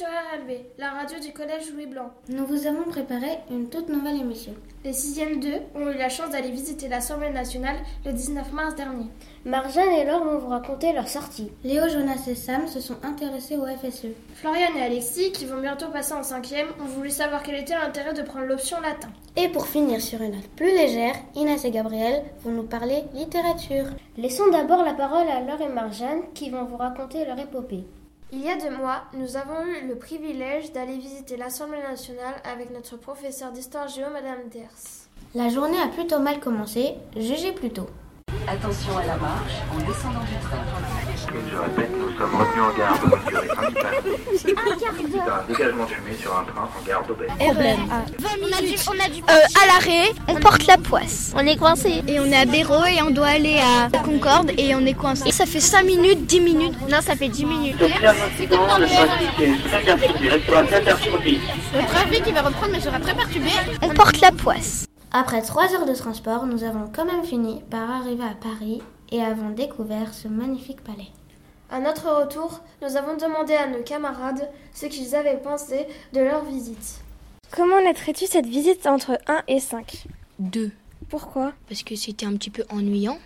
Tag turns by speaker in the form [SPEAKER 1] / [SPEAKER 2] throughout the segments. [SPEAKER 1] Herbet, la radio du collège Louis Blanc.
[SPEAKER 2] Nous vous avons préparé une toute nouvelle émission.
[SPEAKER 1] Les 6e 2 ont eu la chance d'aller visiter l'Assemblée nationale le 19 mars dernier.
[SPEAKER 3] Marjane et Laure vont vous raconter leur sortie.
[SPEAKER 2] Léo, Jonas et Sam se sont intéressés au E. FSE.
[SPEAKER 1] Florian et Alexis, qui vont bientôt passer en 5e, ont voulu savoir quel était l'intérêt de prendre l'option latin.
[SPEAKER 2] Et pour finir sur une note plus légère, Inès et Gabriel vont nous parler littérature.
[SPEAKER 3] Laissons d'abord la parole à Laure et Marjane qui vont vous raconter leur épopée.
[SPEAKER 1] Il y a deux mois, nous avons eu le privilège d'aller visiter l'Assemblée nationale avec notre professeur d'histoire géo, Madame Ders.
[SPEAKER 2] La journée a plutôt mal commencé, jugez plutôt.
[SPEAKER 4] Attention à la marche en descendant du train.
[SPEAKER 5] Je répète, nous sommes retenus en garde pour durée principale.
[SPEAKER 3] Un
[SPEAKER 5] C'est un dégagement de fumée sur un train en garde d'Aubert.
[SPEAKER 6] Problème.
[SPEAKER 7] On a dû, on a dû
[SPEAKER 6] Euh, à l'arrêt, on porte la poisse. On est coincé. Et on est à Béraud et on doit aller à Concorde et on est coincé. Et ça fait 5 minutes, 10 minutes. Non, ça fait 10 minutes.
[SPEAKER 7] Le trafic il va reprendre, mais je serai très perturbée.
[SPEAKER 6] On porte la poisse.
[SPEAKER 2] Après trois heures de transport, nous avons quand même fini par arriver à Paris et avons découvert ce magnifique palais.
[SPEAKER 1] À notre retour, nous avons demandé à nos camarades ce qu'ils avaient pensé de leur visite.
[SPEAKER 3] Comment laisserais-tu cette visite entre 1 et 5
[SPEAKER 8] Deux,
[SPEAKER 3] Pourquoi
[SPEAKER 8] parce que c'était un petit peu ennuyant,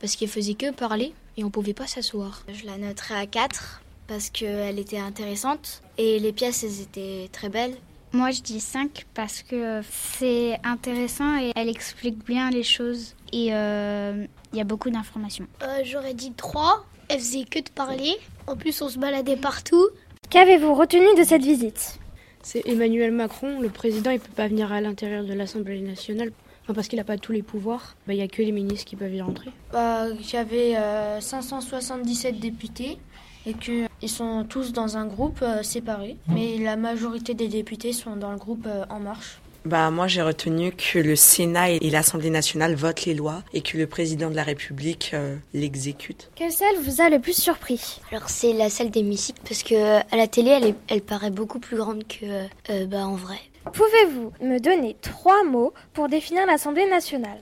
[SPEAKER 8] parce qu'il faisait que parler et on pouvait pas s'asseoir.
[SPEAKER 9] Je la noterai à 4 parce qu'elle était intéressante et les pièces elles étaient très belles.
[SPEAKER 10] Moi, je dis 5 parce que c'est intéressant et elle explique bien les choses. Et euh, il y a beaucoup d'informations.
[SPEAKER 6] Euh, J'aurais dit 3. Elle faisait que de parler. En plus, on se baladait partout.
[SPEAKER 3] Qu'avez-vous retenu de cette visite
[SPEAKER 11] C'est Emmanuel Macron, le président, il peut pas venir à l'intérieur de l'Assemblée nationale enfin, parce qu'il n'a pas tous les pouvoirs. Bah, Il y a que les ministres qui peuvent y rentrer.
[SPEAKER 3] bah, J'avais euh, 577 députés et qu'ils sont tous dans un groupe euh, séparé. Mais la majorité des députés sont dans le groupe euh, En Marche.
[SPEAKER 12] Bah moi j'ai retenu que le Sénat et l'Assemblée nationale votent les lois et que le président de la République euh, l'exécute.
[SPEAKER 3] Quelle salle vous a le plus surpris
[SPEAKER 9] Alors c'est la salle d'hémicycle parce que euh, à la télé elle, est- elle paraît beaucoup plus grande que euh, euh, bah, en vrai.
[SPEAKER 3] Pouvez-vous me donner trois mots pour définir l'Assemblée nationale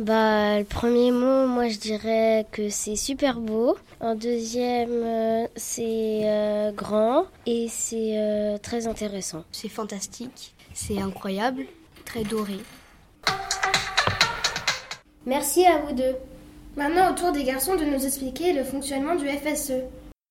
[SPEAKER 9] Bah le premier mot, moi je dirais que c'est super beau. En deuxième, euh, c'est euh, grand et c'est euh, très intéressant.
[SPEAKER 8] C'est fantastique, c'est incroyable, très doré.
[SPEAKER 3] Merci à vous deux.
[SPEAKER 1] Maintenant, au tour des garçons de nous expliquer le fonctionnement du E. FSE.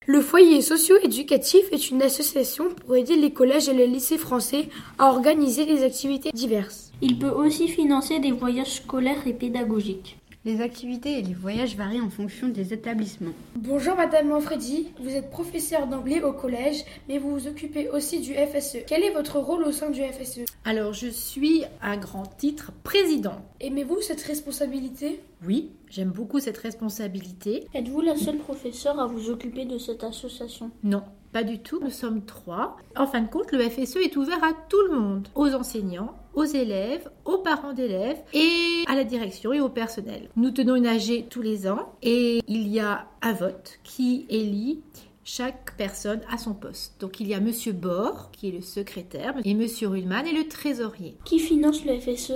[SPEAKER 7] Le foyer socio-éducatif est une association pour aider les collèges et les lycées français à organiser des activités diverses.
[SPEAKER 10] Il peut aussi financer des voyages scolaires et pédagogiques.
[SPEAKER 13] Les activités et les voyages varient en fonction des établissements.
[SPEAKER 1] Bonjour Madame Manfredi, vous êtes professeur d'anglais au collège, mais vous vous occupez aussi du FSE. Quel est votre rôle au sein du E FSE
[SPEAKER 14] Alors, je suis à grand titre président.
[SPEAKER 1] Aimez-vous cette responsabilité
[SPEAKER 14] Oui, j'aime beaucoup cette responsabilité.
[SPEAKER 10] Êtes-vous la seule professeure à vous occuper de cette association
[SPEAKER 14] Non, pas du tout, nous sommes trois. En fin de compte, le FSE est ouvert à tout le monde, aux enseignants, aux élèves, aux parents d'élèves et à la direction et au personnel. Nous tenons une AG tous les ans et il y a un vote qui élit chaque personne à son poste. Donc il y a monsieur Bord qui est le secrétaire et monsieur Ruhlmann est le trésorier.
[SPEAKER 10] Qui finance le FSE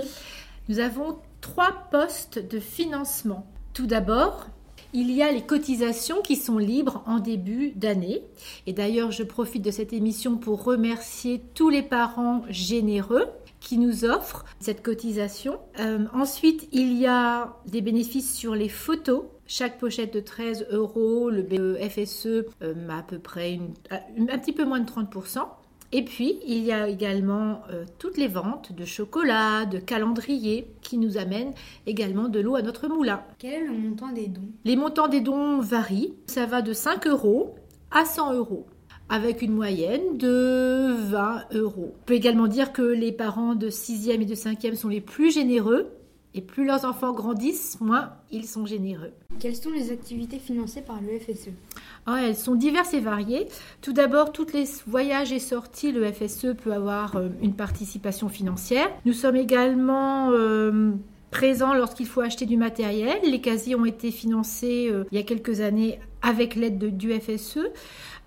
[SPEAKER 14] Nous avons trois postes de financement. Tout d'abord, il y a les cotisations qui sont libres en début d'année. Et d'ailleurs, je profite de cette émission pour remercier tous les parents généreux qui nous offrent cette cotisation. Euh, ensuite, il y a des bénéfices sur les photos. Chaque pochette de 13 euros, le E BE FSE euh, à peu près une- à- une- un petit peu moins de 30%. Et puis, il y a également euh, toutes les ventes de chocolat, de calendrier, qui nous amènent également de l'eau à notre moulin.
[SPEAKER 13] Quel est le montant des dons
[SPEAKER 14] Les montants des dons varient, ça va de 5 euros à 100 euros, avec une moyenne de 20 euros. On peut également dire que les parents de 6e et de 5e sont les plus généreux, et plus leurs enfants grandissent, moins ils sont généreux.
[SPEAKER 13] Quelles sont les activités financées par le E FSE
[SPEAKER 14] Ah, elles sont diverses et variées. Tout d'abord, toutes les voyages et sorties, le FSE peut avoir euh, une participation financière. Nous sommes également euh, présents lorsqu'il faut acheter du matériel. Les casiers ont été financés euh, il y a quelques années avec l'aide de- du FSE.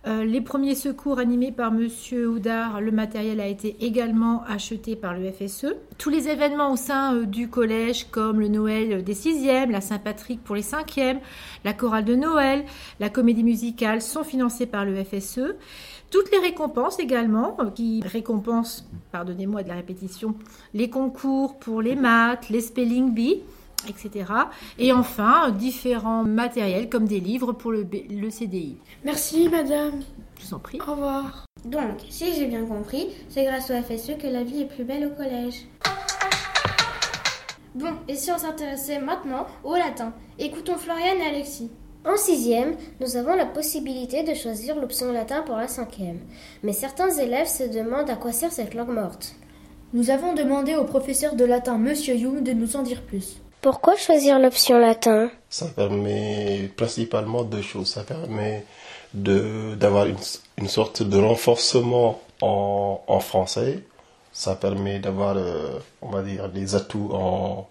[SPEAKER 14] Euh, les premiers secours animés par Monsieur Houdard, le matériel a été également acheté par le FSE. Tous les événements au sein euh, du collège, comme le Noël des 6e, la Saint-Patrick pour les 5e, la chorale de Noël, la comédie musicale, sont financés par le FSE. Toutes les récompenses également, euh, qui récompensent, pardonnez-moi de la répétition, les concours pour les maths, les spelling bee, etc. Et enfin, euh, différents matériels comme des livres pour le, B- le CDI.
[SPEAKER 7] Merci, madame.
[SPEAKER 14] Je vous en prie.
[SPEAKER 7] Au revoir.
[SPEAKER 2] Donc, si j'ai bien compris, c'est grâce au FSE que la vie est plus belle au collège.
[SPEAKER 1] Bon, et si on s'intéressait maintenant au latin Écoutons Floriane et Alexis.
[SPEAKER 9] En sixième, nous avons la possibilité de choisir l'option latin pour la cinquième. Mais certains élèves se demandent à quoi sert cette langue morte.
[SPEAKER 15] Nous avons demandé au professeur de latin, Monsieur Young, de nous en dire plus.
[SPEAKER 9] Pourquoi choisir l'option latin
[SPEAKER 16] Ça permet principalement deux choses. Ça permet de, d'avoir une, une sorte de renforcement en, en français. Ça permet d'avoir, euh, on va dire, des atouts en,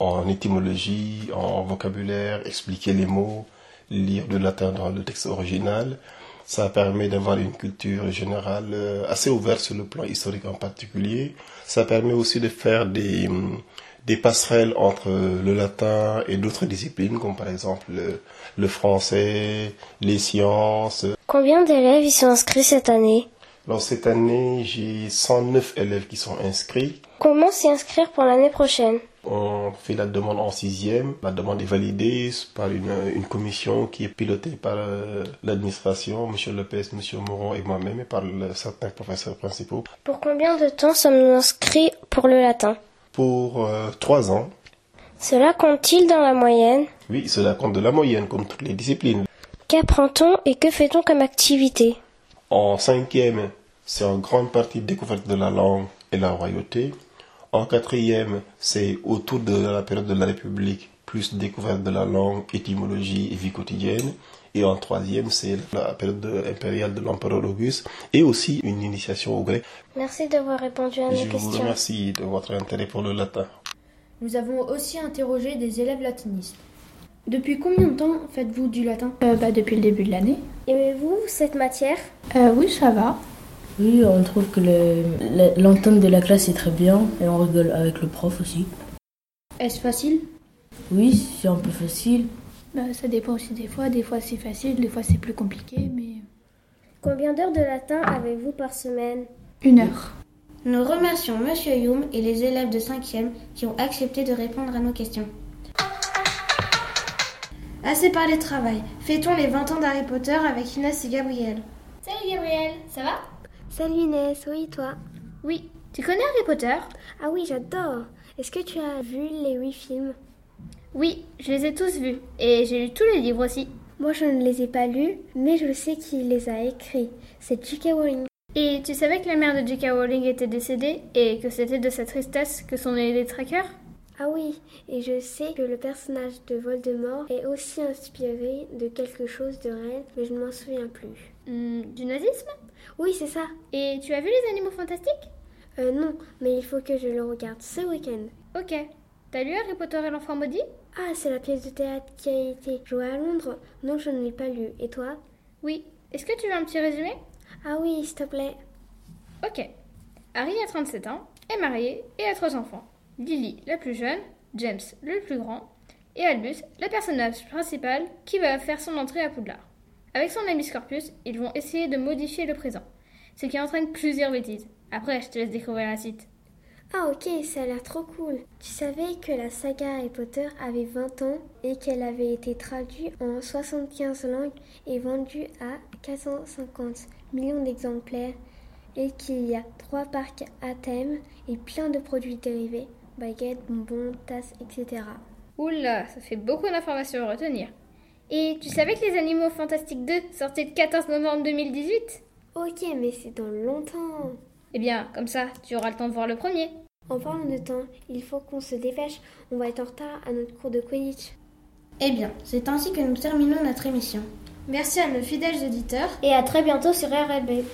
[SPEAKER 16] en étymologie, en vocabulaire, expliquer les mots, lire du latin dans le texte original. Ça permet d'avoir une culture générale euh, assez ouverte sur le plan historique en particulier. Ça permet aussi de faire des, hum, des passerelles entre le latin et d'autres disciplines, comme par exemple le, le français, les sciences.
[SPEAKER 9] Combien d'élèves y sont inscrits cette année
[SPEAKER 16] Alors cette année, j'ai 109 élèves qui sont inscrits.
[SPEAKER 9] Comment s'y inscrire pour l'année prochaine
[SPEAKER 16] On fait la demande en sixième. La demande est validée par une, une commission qui est pilotée par euh, l'administration, M. Lopez, M. Moron et moi-même, et par le- certains professeurs principaux,
[SPEAKER 9] Pour combien de temps sommes-nous inscrits pour le latin
[SPEAKER 16] pour euh, trois ans.
[SPEAKER 9] Cela compte-t-il dans la moyenne
[SPEAKER 16] Oui, cela compte de la moyenne, comme toutes les disciplines.
[SPEAKER 9] Qu'apprend-on et que fait-on comme activité
[SPEAKER 16] En cinquième, c'est en grande partie découverte de la langue et la royauté. En quatrième, c'est autour de la période de la République, plus découverte de la langue, étymologie et vie quotidienne. Et en troisième, c'est la période impériale de l'empereur Auguste et aussi une initiation au grec.
[SPEAKER 9] Merci d'avoir répondu à
[SPEAKER 16] Je
[SPEAKER 9] mes
[SPEAKER 16] vous
[SPEAKER 9] questions.
[SPEAKER 16] remercie de votre intérêt pour le latin.
[SPEAKER 15] Nous avons aussi interrogé des élèves latinistes. Depuis combien de temps faites-vous du latin Depuis le début de l'année.
[SPEAKER 9] Aimez-vous cette matière
[SPEAKER 15] Euh, Oui, ça va.
[SPEAKER 17] Oui, on trouve que le- le- l'entente de la classe est très bien et on rigole avec le prof aussi.
[SPEAKER 15] Est-ce facile
[SPEAKER 17] Oui, c'est un peu facile.
[SPEAKER 15] Ça dépend aussi des fois. Des fois c'est facile, des fois c'est plus compliqué, mais...
[SPEAKER 9] Combien d'heures de latin avez-vous par semaine
[SPEAKER 15] Une heure.
[SPEAKER 2] Nous remercions Monsieur Youm et les élèves de 5e qui ont accepté de répondre à nos questions.
[SPEAKER 1] Assez parlé de travail. Fêtons les 20 ans d'Harry Potter avec Inès et Gabriel.
[SPEAKER 6] Salut Gabriel, ça va
[SPEAKER 9] Salut Inès, oui toi
[SPEAKER 6] Oui, tu connais Harry Potter
[SPEAKER 9] Ah oui, j'adore. Est-ce que tu as vu les huit films
[SPEAKER 6] Oui, je les ai tous vus et j'ai lu tous les livres aussi.
[SPEAKER 9] Moi je ne les ai pas lus, mais je sais qui les a écrits. C'est J.K. Rowling.
[SPEAKER 6] Et tu savais que la mère de J.K. Rowling était décédée et que c'était de sa tristesse que sont nés les traqueurs
[SPEAKER 9] Ah oui, et je sais que le personnage de Voldemort est aussi inspiré de quelque chose de réel, mais je ne m'en souviens plus.
[SPEAKER 6] Hmm, Du nazisme
[SPEAKER 9] Oui, c'est ça.
[SPEAKER 6] Et tu as vu les animaux fantastiques
[SPEAKER 9] Euh, non, mais il faut que je le regarde ce week-end.
[SPEAKER 6] Ok. T'as lu Harry Potter et l'enfant maudit
[SPEAKER 9] Ah, c'est la pièce de théâtre qui a été jouée à Londres. Non, je ne l'ai pas lue. Et toi
[SPEAKER 6] Oui. Est-ce que tu veux un petit résumé
[SPEAKER 9] Ah oui, s'il te plaît.
[SPEAKER 6] Ok. Harry a 37 ans, est marié et a trois enfants. Lily, la plus jeune, James, le plus grand, et Albus, le personnage principal qui va faire son entrée à Poudlard. Avec son ami Scorpius, ils vont essayer de modifier le présent, ce qui entraîne plusieurs bêtises. Après, je te laisse découvrir la suite.
[SPEAKER 9] Ah ok, ça a l'air trop cool. Tu savais que la saga Harry Potter avait 20 ans et qu'elle avait été traduite en 75 langues et vendue à 450 millions d'exemplaires et qu'il y a trois parcs à thème et plein de produits dérivés, baguettes, bonbons, tasses, etc.
[SPEAKER 6] Oula, ça fait beaucoup d'informations à retenir. Et tu savais que les Animaux Fantastiques 2 sortaient le 14 novembre 2018
[SPEAKER 9] Ok, mais c'est dans longtemps.
[SPEAKER 6] Eh bien, comme ça, tu auras le temps de voir le premier.
[SPEAKER 9] En parlant de temps, il faut qu'on se dépêche, on va être en retard à notre cours de Quidditch.
[SPEAKER 2] Eh bien, c'est ainsi que nous terminons notre émission.
[SPEAKER 1] Merci à nos fidèles auditeurs
[SPEAKER 2] Et à très bientôt sur RLB.